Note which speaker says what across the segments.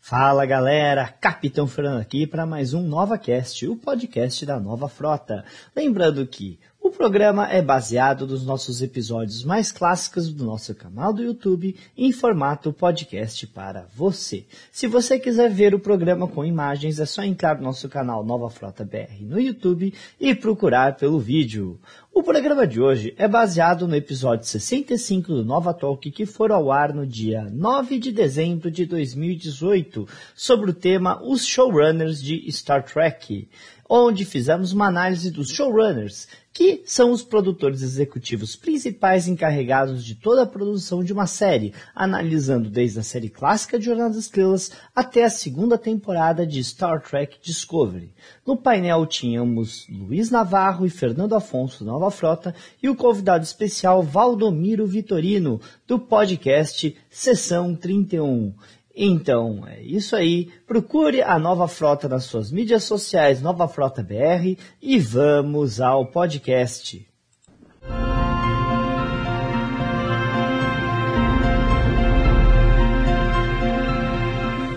Speaker 1: Fala galera, Capitão Fernando aqui para mais um NovaCast, o podcast da Nova Frota. Lembrando que o programa é baseado nos nossos episódios mais clássicos do nosso canal do YouTube em formato podcast para você. Se você quiser ver o programa com imagens, é só entrar no nosso canal Nova Frota BR no YouTube e procurar pelo vídeo. O programa de hoje é baseado no episódio 65 do Nova Talk que for ao ar no dia 9 de dezembro de 2018, sobre o tema Os Showrunners de Star Trek, onde fizemos uma análise dos showrunners, que são os produtores executivos principais encarregados de toda a produção de uma série, analisando desde a série clássica de Jornada das Estrelas até a segunda temporada de Star Trek Discovery. No painel tínhamos Luiz Navarro e Fernando Afonso da Nova Frota e o convidado especial Valdomiro Vitorino, do podcast Sessão 31. Então, é isso aí. Procure a Nova Frota nas suas mídias sociais, Nova Frota BR, e vamos ao podcast.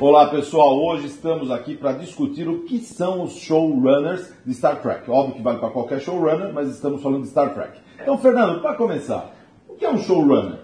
Speaker 2: Olá pessoal, hoje estamos aqui para discutir o que são os showrunners de Star Trek. Óbvio que vale para qualquer showrunner, mas estamos falando de Star Trek. Então, Fernando, para começar, o que é um showrunner?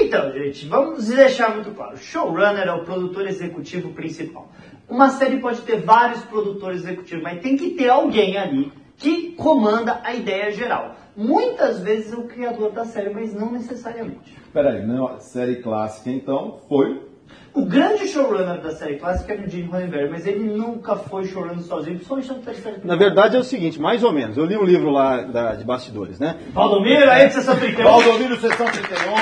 Speaker 1: Então, gente, vamos deixar muito claro. Showrunner é o produtor executivo principal. Uma série pode ter vários produtores executivos, mas tem que ter alguém ali que comanda a ideia geral. Muitas vezes é o criador da série, mas não necessariamente.
Speaker 2: Peraí, não, série clássica então foi.
Speaker 1: O grande showrunner da série clássica era o Gene Roddenberry, mas ele nunca foi showrunner sozinho, principalmente na terceira
Speaker 3: Na verdade é o seguinte, mais ou menos. Eu li um livro lá da- de bastidores, né?
Speaker 1: Valdomiro, aí você sabe
Speaker 2: é.
Speaker 1: que
Speaker 2: Valdomiro, sessão 31,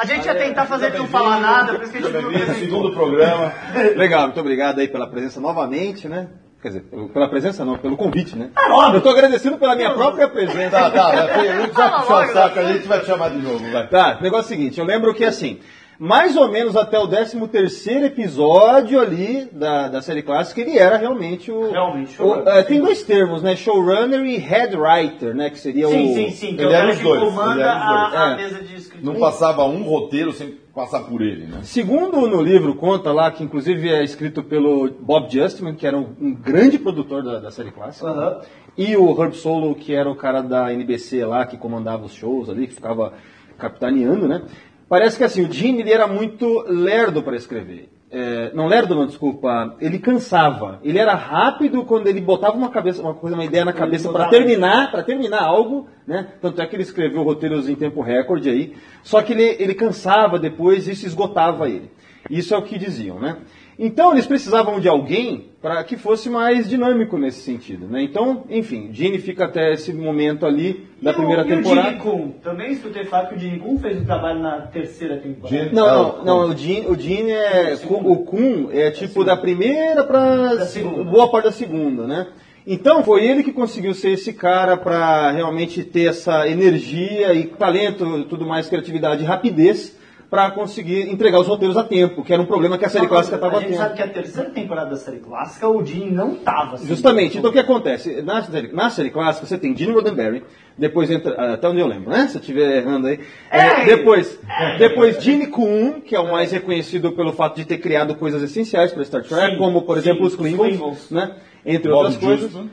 Speaker 1: A gente ia tentar fazer ele não falar nada, por isso que a gente não
Speaker 2: bem-vindo,
Speaker 1: apresentou.
Speaker 2: segundo programa.
Speaker 3: Legal, muito obrigado aí pela presença novamente, né? Quer dizer, pelo- pela presença não, pelo convite, né? Eu tô agradecido pela minha própria presença.
Speaker 2: Tá, tá, vai, foi- não precisa puxar o saco, a gente vai te chamar de novo, vai.
Speaker 3: Tá, o negócio é o seguinte, eu lembro que assim, mais ou menos até o 13 episódio ali da, da série clássica, ele era realmente o.
Speaker 1: Realmente,
Speaker 3: o-
Speaker 1: showrunner.
Speaker 3: é, tem dois termos, né? Showrunner e head writer, né? Que seria o.
Speaker 1: Sim, sim, sim, que é o
Speaker 2: ele era
Speaker 1: cara
Speaker 2: os
Speaker 1: que
Speaker 2: dois, ele
Speaker 1: comanda
Speaker 2: era os
Speaker 3: dois,
Speaker 1: a, a
Speaker 3: é.
Speaker 1: mesa de escritura.
Speaker 2: Não passava um roteiro sem passar por ele, né?
Speaker 3: Segundo no livro conta lá, que inclusive é escrito pelo Bob Justman, que era um, um grande produtor da, da série clássica,
Speaker 1: Aham.
Speaker 3: e o Herb Solo, que era o cara da NBC lá, que comandava os shows ali, que ficava capitaneando, né? Parece que assim, o Gene ele era muito lerdo para escrever. É, não lerdo, não, desculpa. Ele cansava. Ele era rápido quando ele botava uma cabeça, uma coisa, uma ideia na cabeça para
Speaker 1: botava-
Speaker 3: terminar terminar, para terminar algo, né? Tanto é que ele escreveu roteiros em tempo recorde aí. Só que ele, ele cansava depois e isso esgotava ele. Isso é o que diziam, né? Então eles precisavam de alguém para que fosse mais dinâmico nesse sentido, né? Então, enfim, Gene fica até esse momento ali da
Speaker 1: E o-
Speaker 3: primeira
Speaker 1: e
Speaker 3: temporada.
Speaker 1: o Gene Kuhn? Também escutei falar que o Gene Kuhn fez o trabalho na terceira temporada.
Speaker 2: Gene-
Speaker 3: Não, não, não, o Gene, o Gene é. O Kun é tipo da primeira pra.
Speaker 1: Da segunda.
Speaker 3: boa parte da segunda, né? Então foi ele que conseguiu ser esse cara pra realmente ter essa energia e talento, tudo mais, criatividade e rapidez pra conseguir entregar os roteiros a tempo, que era um problema que a série clássica
Speaker 1: A
Speaker 3: estava
Speaker 1: gente sabe
Speaker 3: tendo.
Speaker 1: que a terceira temporada da série clássica o Jim não tava. assim.
Speaker 3: Justamente, então o que acontece? Na série, na série clássica você tem Gene Roddenberry, depois entra. Até onde eu lembro, né? Se eu estiver errando aí. É,
Speaker 1: Ei! É.
Speaker 3: depois, depois Gene Kuhn, que é o mais reconhecido pelo fato de ter criado coisas essenciais para Star Trek,
Speaker 1: Sim,
Speaker 3: como por
Speaker 1: sim,
Speaker 3: exemplo os
Speaker 1: os
Speaker 3: Klingons,
Speaker 1: Klingons.
Speaker 3: né? Entre
Speaker 2: Bob
Speaker 3: outras coisas.
Speaker 2: Justin.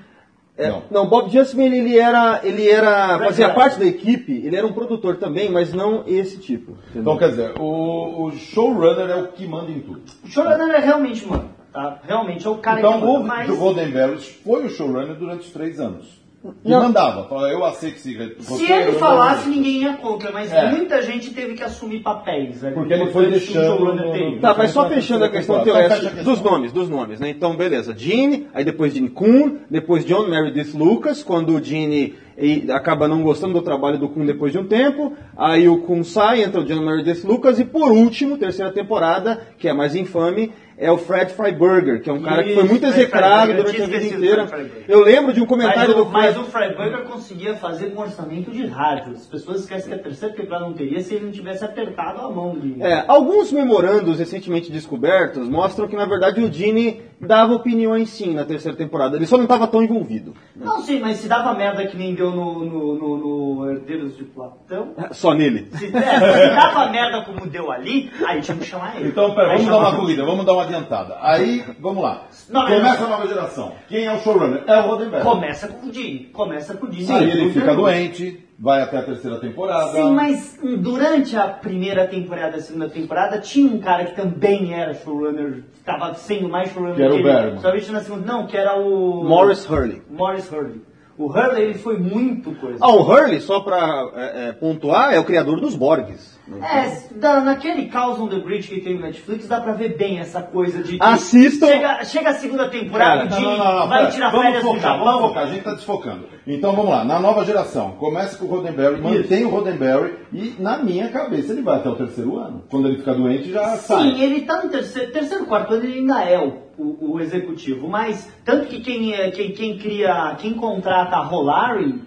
Speaker 3: É,
Speaker 2: Não.
Speaker 3: não. Bob Justman ele era, ele era, fazia
Speaker 1: Verdade.
Speaker 3: parte da equipe, ele era um produtor também, mas não esse tipo. entendeu?
Speaker 2: Então, quer dizer, o, o showrunner é o que manda em tudo.
Speaker 1: O showrunner é realmente, mano. Tá? Realmente é o cara
Speaker 2: Então,
Speaker 1: que manda,
Speaker 2: o
Speaker 1: mas...
Speaker 2: Goldenberry foi o showrunner durante os três anos. E
Speaker 3: Não.
Speaker 2: mandava, falava, eu aceito esse roteiro,
Speaker 1: Se ele
Speaker 2: eu
Speaker 1: falasse,
Speaker 2: mando.
Speaker 3: né?
Speaker 1: ninguém ia contra, mas
Speaker 2: É.
Speaker 1: muita gente teve que assumir papéis. né?
Speaker 2: Porque ele foi
Speaker 1: Importante que o
Speaker 2: deixando
Speaker 1: showrunner
Speaker 2: no-
Speaker 1: tem.
Speaker 3: Tá, mas só fechando a questão
Speaker 2: Então, fecha a
Speaker 3: teórica
Speaker 2: questão.
Speaker 3: dos nomes, dos nomes, né? Então, beleza, Gene, aí depois Gene Kuhn, depois John Meredith Lucas, quando o Gene e- acaba não gostando do trabalho do Kuhn depois de um tempo, aí o Kuhn sai, entra o John Meredith Lucas, e por último, terceira temporada, que é a mais infame, é o Fred Freiberger, que é um cara que foi
Speaker 1: Isso,
Speaker 3: muito
Speaker 1: Fred
Speaker 3: execrado
Speaker 1: Freiberger, eu
Speaker 3: durante
Speaker 1: tinha
Speaker 3: a vida
Speaker 1: esquecido
Speaker 3: inteira.
Speaker 1: do Fred Freiberger.
Speaker 3: Eu lembro de um comentário
Speaker 1: Mas, o-
Speaker 3: do
Speaker 1: mas
Speaker 3: Fred...
Speaker 1: o Fred Burger conseguia fazer um orçamento de rádio. As pessoas esquecem que a terceira temporada não teria se ele não tivesse apertado a mão de...
Speaker 3: É, alguns memorandos recentemente descobertos mostram que, na verdade, o Gene dava opiniões sim na terceira temporada. Ele só não estava tão envolvido.
Speaker 1: Não, sim, mas se dava merda que nem deu escreveu no, no, no- no Herdeiros de Platão.
Speaker 3: Só nele.
Speaker 1: Se, der- se dava merda como deu ali, aí tinha que chamar ele.
Speaker 2: Então, pera,
Speaker 1: Aí
Speaker 2: vamos dar
Speaker 1: chama
Speaker 2: uma
Speaker 1: Júlio.
Speaker 2: corrida, vamos dar uma adiantada. Aí, vamos lá.
Speaker 1: Não, é-
Speaker 2: Começa
Speaker 1: eu-
Speaker 2: a nova geração. Quem é o showrunner? É o Rodenberg.
Speaker 1: Começa com o Dini. Começa com o Dini.
Speaker 2: Aí ele
Speaker 1: Não
Speaker 2: fica
Speaker 1: tem-
Speaker 2: doente, vai até a terceira temporada.
Speaker 1: Sim, mas hum, durante a primeira temporada e a segunda temporada, tinha um cara que também era showrunner, estava sendo mais showrunner
Speaker 2: Que era o
Speaker 1: dele.
Speaker 2: Bergman.
Speaker 1: Somente na segunda, não, que era o...
Speaker 3: Morris Hurley.
Speaker 1: Morris Hurley. O Hurley, ele foi muito coisa.
Speaker 3: Ah, o Hurley, só pra é, é, pontuar, é o criador dos Borgs.
Speaker 1: É, da, naquele Caos on the Bridge que tem no Netflix, dá pra ver bem essa coisa de... que
Speaker 3: Assistam.
Speaker 1: Chega, chega a segunda temporada,
Speaker 2: Cara,
Speaker 1: o
Speaker 2: não,
Speaker 1: Jimmy
Speaker 2: É, não, não, não,
Speaker 1: vai
Speaker 2: pera.
Speaker 1: tirar
Speaker 2: vamos
Speaker 1: férias do
Speaker 2: focar,
Speaker 1: Japão.
Speaker 2: vamos focar, a gente está desfocando. Então vamos lá, na nova geração, começa com o Rodenberry, mantém o Rodenberry e na minha cabeça ele vai até o terceiro ano. Quando ele fica doente já
Speaker 1: Sim,
Speaker 2: sai.
Speaker 1: ele tá no terceiro, terceiro quarto ano, ele ainda é o, o- o executivo, mas tanto que quem, é- quem, quem cria, quem contrata a Rolari,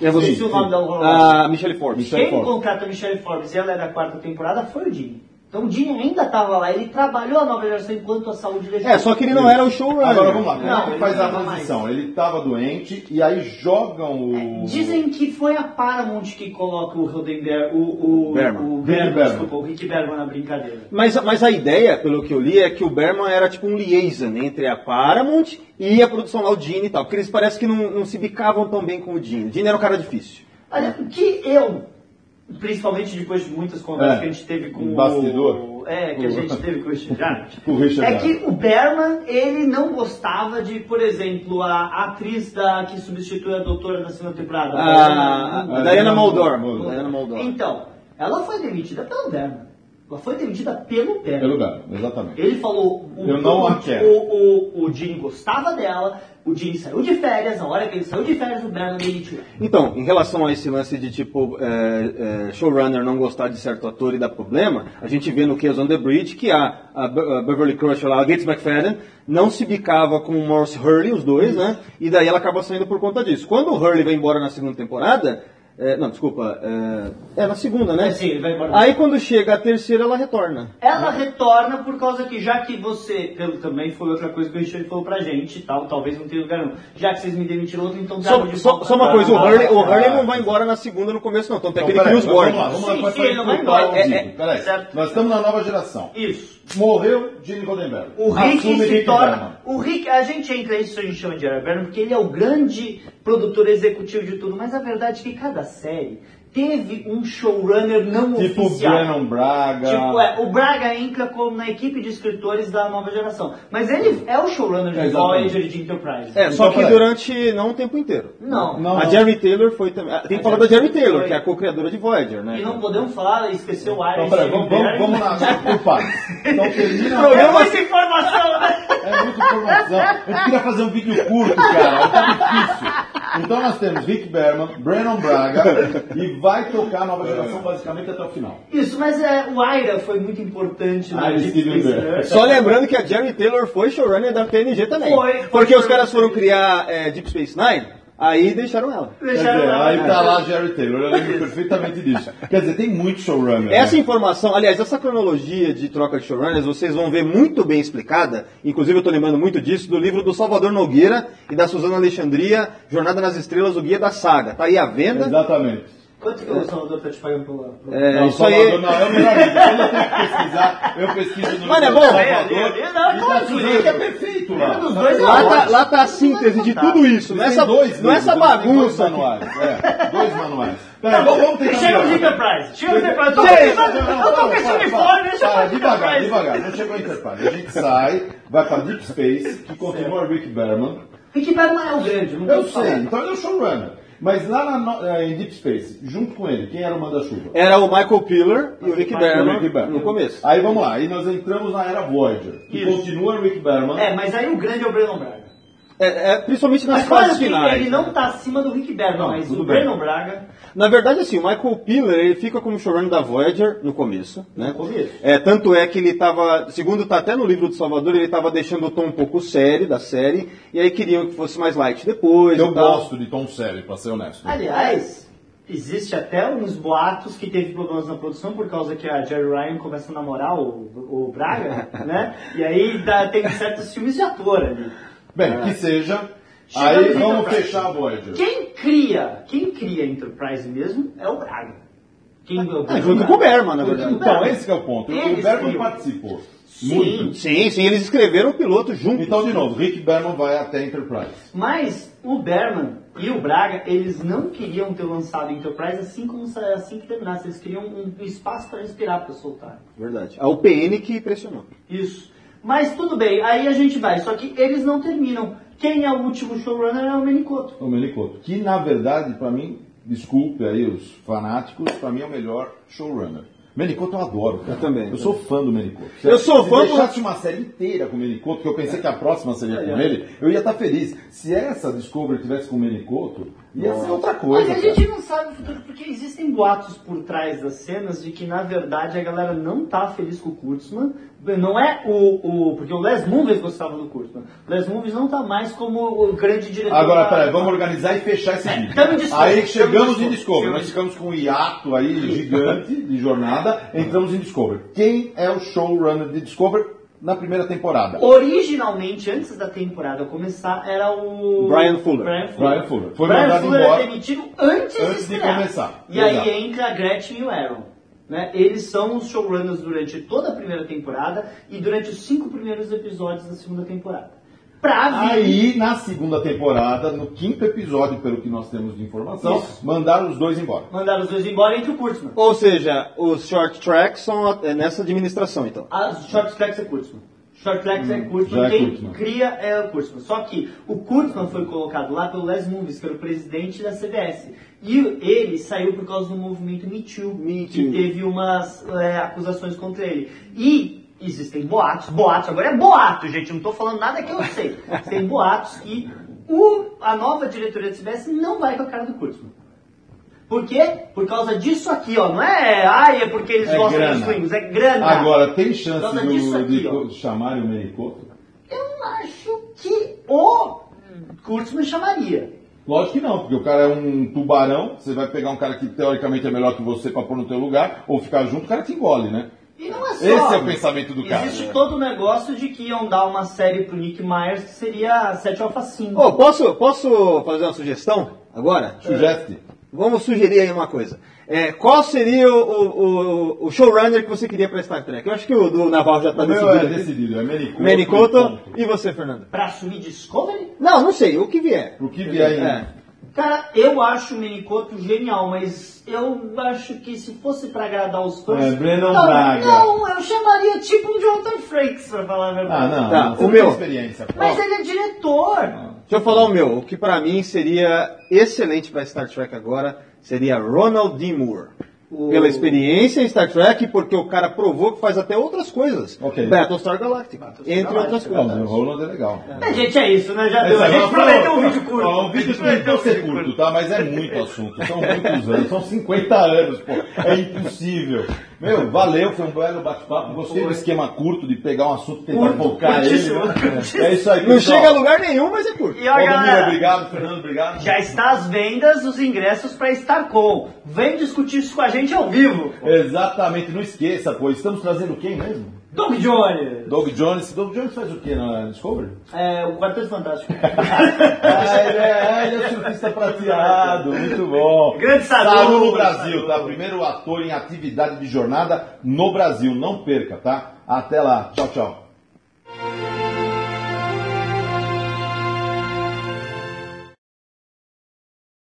Speaker 3: É
Speaker 1: você.
Speaker 2: Sim,
Speaker 1: o nome
Speaker 2: sim.
Speaker 1: da Rolari,
Speaker 3: A Michelle Forbes.
Speaker 2: Ah, Michelle
Speaker 1: quem
Speaker 2: Forbes.
Speaker 1: contrata a Michelle Forbes e ela é da quarta temporada foi o Jimmy. Então o Jimmy ainda tava lá, ele trabalhou a nova geração enquanto a saúde dele...
Speaker 3: É, só que ele não era o showrunner.
Speaker 2: Agora vamos lá, como
Speaker 1: Não,
Speaker 2: é que
Speaker 1: ele
Speaker 2: faz a
Speaker 1: não tá mais.
Speaker 2: transição? Ele estava doente e aí jogam o.
Speaker 1: Dizem que foi a Paramount que coloca o Rodenberg, o, o,
Speaker 3: Berman.
Speaker 1: o
Speaker 2: Rick
Speaker 1: Berman,
Speaker 2: Berman.
Speaker 1: desculpa, o Rick Berman na brincadeira.
Speaker 3: Mas, mas a ideia, pelo que eu li, é que o Berman era tipo um liaison entre a Paramount e a produção lá, o Gene e tal. Porque eles parece que não, não se bicavam tão bem com o Gene. O Gene era um cara difícil.
Speaker 1: Olha, o que eu, principalmente depois de muitas conversas
Speaker 2: É,
Speaker 1: que a gente teve com
Speaker 2: um bastidor.
Speaker 1: o... É, que a gente teve com o Richard.
Speaker 2: Com o Richard
Speaker 1: É
Speaker 2: Jarrett.
Speaker 1: que o Berman, ele não gostava de, por exemplo, a atriz da, que substitui a doutora na segunda temporada.
Speaker 3: A, Ah, a Diana Moldor.
Speaker 2: Moldor.
Speaker 3: Diana Moldor.
Speaker 1: Então, ela foi demitida pelo Berman. Ela foi demitida pelo Berman.
Speaker 2: Pelo É lugar, exatamente.
Speaker 1: Ele falou, o,
Speaker 2: Eu não
Speaker 1: o,
Speaker 2: a quero.
Speaker 1: o, o, o Jim gostava dela, o Jim saiu de férias, na hora que ele saiu de férias, o Berman demitiu.
Speaker 3: Então, em relação a esse lance de tipo é, é, showrunner não gostar de certo ator e dar problema, a gente vê no Chaos on the Bridge que a, a Be- a Beverly Crusher lá, a Gates McFadden, não se bicava com o Morris Hurley, os dois, né? E daí ela acaba saindo por conta disso. Quando o Hurley vai embora na segunda temporada, é, não, desculpa, é, é na segunda, né?
Speaker 1: É, sim, ele vai embora.
Speaker 3: Aí quando chega a terceira, ela retorna.
Speaker 1: Ela retorna por causa que, já que você, pelo também foi outra coisa que o Richard falou pra gente e tal, talvez não tenha lugar nenhum. Já que vocês me demitiram outro, então
Speaker 3: Só,
Speaker 1: dá de
Speaker 3: só-
Speaker 1: volta
Speaker 3: só uma
Speaker 1: pra-
Speaker 3: coisa, o
Speaker 1: pra-
Speaker 3: Hurley, o
Speaker 1: pra-
Speaker 3: Hurley não vai embora na segunda no começo, não. Tanto é que ele
Speaker 2: Então, peraí,
Speaker 3: cria os
Speaker 2: mas
Speaker 3: Borgs.
Speaker 2: Vamos lá, vamos lá,
Speaker 1: Sim,
Speaker 2: vamos
Speaker 1: sim, ele não vai
Speaker 2: estruturar
Speaker 1: embora.
Speaker 2: o time.
Speaker 1: É, é,
Speaker 2: Peraí,
Speaker 1: certo.
Speaker 2: Nós estamos na nova geração.
Speaker 1: Isso.
Speaker 2: Morreu Gene Rodenberry.
Speaker 1: O Rick
Speaker 2: Assume
Speaker 1: se torna.
Speaker 2: Bergman.
Speaker 1: O Rick, a gente entra é isso a gente chama de Eric Berman, porque ele é o grande produtor executivo de tudo, mas a verdade é que cada série teve um showrunner não
Speaker 2: Tipo
Speaker 1: oficial.
Speaker 2: Brennan Braga.
Speaker 1: Tipo, é, o Braga entra como na equipe de escritores da nova geração. Mas ele é o showrunner
Speaker 2: É,
Speaker 1: de Voyager
Speaker 2: exatamente.
Speaker 1: e de Enterprise.
Speaker 3: É, só
Speaker 2: Então,
Speaker 3: que
Speaker 2: peraí.
Speaker 3: durante não o tempo inteiro.
Speaker 1: Não.
Speaker 2: Não,
Speaker 3: a
Speaker 2: não.
Speaker 3: Jerry Taylor foi também. ah, Tem que
Speaker 1: A
Speaker 3: falar da Jerry
Speaker 1: Jerry
Speaker 3: Taylor,
Speaker 1: foi.
Speaker 3: que é a co-criadora de Voyager, né?
Speaker 1: E não podemos falar, esquecer o Iris.
Speaker 2: Então, peraí, vamos, vamos, vamos lá, por partes. Então termina
Speaker 1: É muita informação, né?
Speaker 2: É muita informação. Eu queria fazer um vídeo curto, cara. Tá difícil. Então nós temos Rick Berman, Brennan Braga e vai tocar a nova geração basicamente até o final.
Speaker 1: Isso, mas é, o Aira foi muito importante na
Speaker 2: Ah,
Speaker 1: Deep
Speaker 2: Steven
Speaker 1: Space
Speaker 2: Bear.
Speaker 1: Nine.
Speaker 3: Só lembrando que a Jerry Taylor foi showrunner da TNG também.
Speaker 1: Foi, foi
Speaker 3: porque os
Speaker 1: showrunner.
Speaker 3: caras foram criar é, Deep Space Nine, aí deixaram né? ela.
Speaker 2: Quer
Speaker 1: Deixaram
Speaker 2: dizer,
Speaker 1: lá.
Speaker 2: aí tá lá Jerry Taylor, eu lembro perfeitamente disso. Quer dizer, tem muito showrunner. né?
Speaker 3: Essa informação, aliás, essa cronologia de troca de showrunners, vocês vão ver muito bem explicada. Inclusive, eu estou lembrando muito disso do livro do Salvador Nogueira e da Suzana Alexandria, Jornada nas Estrelas, o Guia da Saga. Tá aí à venda.
Speaker 2: né? Exatamente.
Speaker 1: Quanto que o Salvador tá te pagando pelo... pelo-
Speaker 3: É,
Speaker 2: não,
Speaker 3: isso aí.
Speaker 2: Salvador não, é o melhor livro. Quando eu tenho que pesquisar, eu pesquiso no
Speaker 3: Mas é
Speaker 2: livro do
Speaker 3: bom.
Speaker 2: Salvador.
Speaker 1: É, ali, ali, não,
Speaker 2: E
Speaker 1: claro,
Speaker 2: da
Speaker 1: isso
Speaker 2: Suzana,
Speaker 1: aí.
Speaker 2: que é perfeito lá.
Speaker 1: Dos dois é
Speaker 3: Lá tá,
Speaker 1: ótimo.
Speaker 3: lá tá a síntese de tudo isso. Não é
Speaker 2: Tem
Speaker 3: essa,
Speaker 2: dois
Speaker 3: não é essa
Speaker 2: livros, tem Dois
Speaker 3: bagunça. Tá
Speaker 2: manuais. É, dois manuais. Peraí, vamos vamos tentar.
Speaker 1: Chega de
Speaker 2: melhorar.
Speaker 1: Enterprise, chega de Enterprise. Eu tô
Speaker 3: Chega,
Speaker 1: pensando- Eu tô pensando em fora, deixa eu
Speaker 2: Para,
Speaker 1: falar de
Speaker 2: devagar,
Speaker 1: Enterprise.
Speaker 2: devagar. Não chegou a Enterprise. A gente sai, vai para Deep Space, que continua Rick Berman.
Speaker 1: Rick Bergman é o grande, não tem
Speaker 2: Eu
Speaker 1: o que falar.
Speaker 2: sei, então ele é o showrunner. Mas lá na no- eh, em Deep Space, junto com ele, quem era o manda-chuva?
Speaker 3: Era o Michael Piller e o Rick
Speaker 2: O Rick
Speaker 3: Berman
Speaker 2: Berman.
Speaker 3: É,
Speaker 2: Ah.
Speaker 3: no começo.
Speaker 2: Aí vamos lá, aí nós entramos na era Voyager, que
Speaker 1: Isso.
Speaker 2: continua Rick Berman.
Speaker 1: É, mas aí o grande é o Breno Braga.
Speaker 3: É, é, principalmente nas
Speaker 1: Mas claro
Speaker 3: fases
Speaker 1: que ele
Speaker 3: finais.
Speaker 1: não tá acima do Rick Bergman,
Speaker 2: Não,
Speaker 1: mas
Speaker 2: tudo
Speaker 1: o
Speaker 2: bem.
Speaker 1: Breno Braga...
Speaker 3: Na verdade, assim, o Michael Piller ele fica como showrunner da Voyager no começo, né?
Speaker 1: No começo.
Speaker 3: É, tanto é que ele estava, segundo tá até no livro do Salvador, ele estava deixando o tom um pouco sério da série, e aí queriam que fosse mais light depois.
Speaker 2: Eu
Speaker 3: e tal.
Speaker 2: gosto de tom sério, pra ser honesto.
Speaker 3: Ah,
Speaker 1: Aliás, existe até uns boatos que teve problemas na produção por causa que a Jerry Ryan começa a namorar o, o Braga, né? E aí dá- tem certos filmes de ator ali.
Speaker 3: ah.
Speaker 2: Bem, que seja.
Speaker 1: Chegamos
Speaker 2: Aí
Speaker 1: em
Speaker 2: vamos
Speaker 1: Enterprise.
Speaker 2: fechar a Voyager.
Speaker 1: Quem cria, quem cria a Enterprise mesmo é o Braga. Quem é o
Speaker 3: Ah, junto com o Berman, na verdade.
Speaker 2: Então, esse que é o ponto. O
Speaker 1: Eles
Speaker 2: Berman
Speaker 1: criam.
Speaker 2: participou.
Speaker 1: Sim.
Speaker 2: Muito.
Speaker 3: Sim, sim, eles escreveram o piloto junto.
Speaker 2: Então, de novo, Rick Berman vai até Enterprise.
Speaker 1: Mas o Berman e o Braga, eles não queriam ter lançado a Enterprise assim como sa- assim que terminasse. Eles queriam um um espaço para respirar, para soltar.
Speaker 3: Verdade. É o PN que pressionou.
Speaker 1: Isso. Mas tudo bem, aí a gente vai. Só que eles não terminam. Quem é o último showrunner é o Menicoto.
Speaker 2: O Menicoto. Que, na verdade, pra mim, desculpe aí os fanáticos, pra mim é o melhor showrunner. Menicoto eu adoro, cara.
Speaker 3: Eu também,
Speaker 2: Eu
Speaker 3: eu
Speaker 2: sou fã do Menicoto.
Speaker 3: Eu sou
Speaker 2: Se
Speaker 3: fã do-
Speaker 2: deixasse uma série inteira com o Menicoto, que eu pensei que a próxima seria com ele, eu ia estar feliz. Se essa Discovery tivesse com o Menicoto, ia ser É outra coisa,
Speaker 1: Mas a
Speaker 2: cara.
Speaker 1: gente não sabe o futuro, porque existem boatos por trás das cenas de que, na verdade, a galera não tá feliz com o Kurtzman. Não é o... o porque o Les Moonves gostava do Kurtzman. O Les Moonves não tá mais como o grande diretor.
Speaker 2: Agora,
Speaker 1: da-
Speaker 2: peraí, vamos organizar e fechar esse vídeo.
Speaker 1: É, tamo em Discovery,
Speaker 2: aí
Speaker 1: tamo
Speaker 2: chegamos
Speaker 1: em
Speaker 2: em
Speaker 1: Discovery.
Speaker 2: Discovery. Nós ficamos com um hiato aí gigante de jornada, entramos em Discovery. Quem é o showrunner de Discovery na primeira temporada?
Speaker 1: Originalmente, antes da temporada começar, era o.
Speaker 3: Brian Fuller.
Speaker 1: Brian Fuller.
Speaker 2: Brian Fuller. Foi
Speaker 1: Brian
Speaker 2: mandado
Speaker 1: Fuller
Speaker 2: embora.
Speaker 1: é demitido antes,
Speaker 2: Antes de
Speaker 1: estrear.
Speaker 2: começar.
Speaker 1: E
Speaker 2: Exato.
Speaker 1: aí entra a Gretchen e o Aaron. Né? Eles são os showrunners durante toda a primeira temporada e durante os cinco primeiros episódios da segunda temporada. Pra vir.
Speaker 2: Aí, na segunda temporada, no quinto episódio, pelo que nós temos de informação,
Speaker 1: Isso.
Speaker 2: mandaram os dois embora.
Speaker 1: Mandaram os dois embora entre o né? Kurtzman.
Speaker 3: Ou seja, os short tracks são a- é nessa administração, então.
Speaker 1: As short tracks é Kurtzman. Short tracks é
Speaker 2: já
Speaker 1: Kurtzman,
Speaker 2: é
Speaker 1: quem
Speaker 2: Kurtzman.
Speaker 1: cria é o Kurtzman. Só que o Kurtzman foi colocado lá pelo Les Moonves, que era o presidente da CBS. E ele saiu por causa do movimento Me Too,
Speaker 3: Me
Speaker 1: que
Speaker 3: Too.
Speaker 1: teve umas é, acusações contra ele. E existem boatos, boatos, agora é boato, gente, eu não tô falando nada que eu não sei. Tem boatos e o- a nova diretoria da CBS não vai com a cara do Kurtzman. Por quê? Por causa disso aqui, ó. Não é, ai, é porque eles
Speaker 2: É
Speaker 1: gostam
Speaker 2: grana.
Speaker 1: dos swings, é grana.
Speaker 2: Agora, tem
Speaker 1: Por
Speaker 2: chance
Speaker 1: causa disso
Speaker 2: do,
Speaker 1: aqui,
Speaker 2: de
Speaker 1: ó.
Speaker 2: chamarem o Mericoto?
Speaker 1: Eu acho que o Kurtzman chamaria.
Speaker 2: Lógico que não, porque o cara é um tubarão, você vai pegar um cara que teoricamente é melhor que você pra pôr no teu lugar, ou ficar junto, o cara te engole, né?
Speaker 1: E não é só.
Speaker 2: Esse é o pensamento do cara. né?
Speaker 1: Existe todo o negócio de que iam dar uma série pro Nick Myers que seria 7 Alpha 5.
Speaker 3: Ô, posso, posso fazer uma sugestão agora?
Speaker 2: É. Sugeste.
Speaker 3: Vamos sugerir aí uma coisa. É, qual seria o, o- o- o showrunner que você queria para Star Trek? Eu acho que o do Naval já está
Speaker 2: O meu é
Speaker 3: decidido. aqui.
Speaker 2: decidido, é Mericoto.
Speaker 3: Manny Couto
Speaker 2: ponto.
Speaker 3: e você, Fernando?
Speaker 1: Pra assumir Discovery?
Speaker 3: Não, não sei, o que vier.
Speaker 2: O que vier aí.
Speaker 3: É.
Speaker 1: Cara, eu acho o Minicoto genial, mas eu acho que se fosse pra agradar os fãs.
Speaker 2: É, Brennan
Speaker 1: não,
Speaker 2: Braga.
Speaker 1: não, eu chamaria tipo um Jonathan Frakes, pra falar a
Speaker 2: Ah,
Speaker 1: verdade.
Speaker 2: não, Ah.
Speaker 3: Tá,
Speaker 2: não, você
Speaker 3: o
Speaker 2: não tem
Speaker 3: meu.
Speaker 2: experiência. pô.
Speaker 1: Mas ele é diretor.
Speaker 3: Deixa eu falar o meu. O que para mim seria excelente para Star Trek agora seria Ronald D. Moore.
Speaker 1: O-
Speaker 3: Pela experiência em Star Trek, porque o cara provou que faz até outras coisas.
Speaker 2: Ok.
Speaker 3: Battlestar Galactica,
Speaker 1: Battlestar
Speaker 3: entre outras
Speaker 1: Galactica,
Speaker 2: Não, mas o
Speaker 3: coisas.
Speaker 2: Roland é legal.
Speaker 1: Mas, gente, é isso, né? Já
Speaker 2: É,
Speaker 1: deu. A
Speaker 2: sabe,
Speaker 1: gente
Speaker 2: mas,
Speaker 1: prometeu um
Speaker 2: pô,
Speaker 1: vídeo curto.
Speaker 2: ó, Um vídeo curto não ser curto, tá? Mas é muito assunto. São muitos anos, são 50 anos, pô. É impossível. Meu, valeu, foi um belo bate-papo. Gostei do esquema curto de pegar um assunto e tentar
Speaker 1: Curto,
Speaker 2: focar ele.
Speaker 1: curtíssimo,
Speaker 2: né?
Speaker 1: curtíssimo.
Speaker 2: É isso aí,
Speaker 3: Não
Speaker 2: pessoal.
Speaker 3: chega a lugar nenhum, mas é curto.
Speaker 1: E ó,
Speaker 2: Valdomiro,
Speaker 1: galera.
Speaker 2: obrigado, Fernando, obrigado.
Speaker 1: Já é. está às vendas os ingressos para Starcom. Vem discutir isso com a gente ao vivo.
Speaker 2: Exatamente, não esqueça, pô. Estamos trazendo quem mesmo?
Speaker 1: Doug Jones.
Speaker 2: Doug Jones. Doug Jones faz o quê na Discovery?
Speaker 1: É, o Quarteto Fantástico.
Speaker 2: Ah, ele é, ah, ele é surfista prateado, muito bom.
Speaker 1: Grande Saru.
Speaker 2: Saru no Brasil, tá? Primeiro ator em atividade de jornada no Brasil. Não perca, tá? Até lá. Tchau, tchau.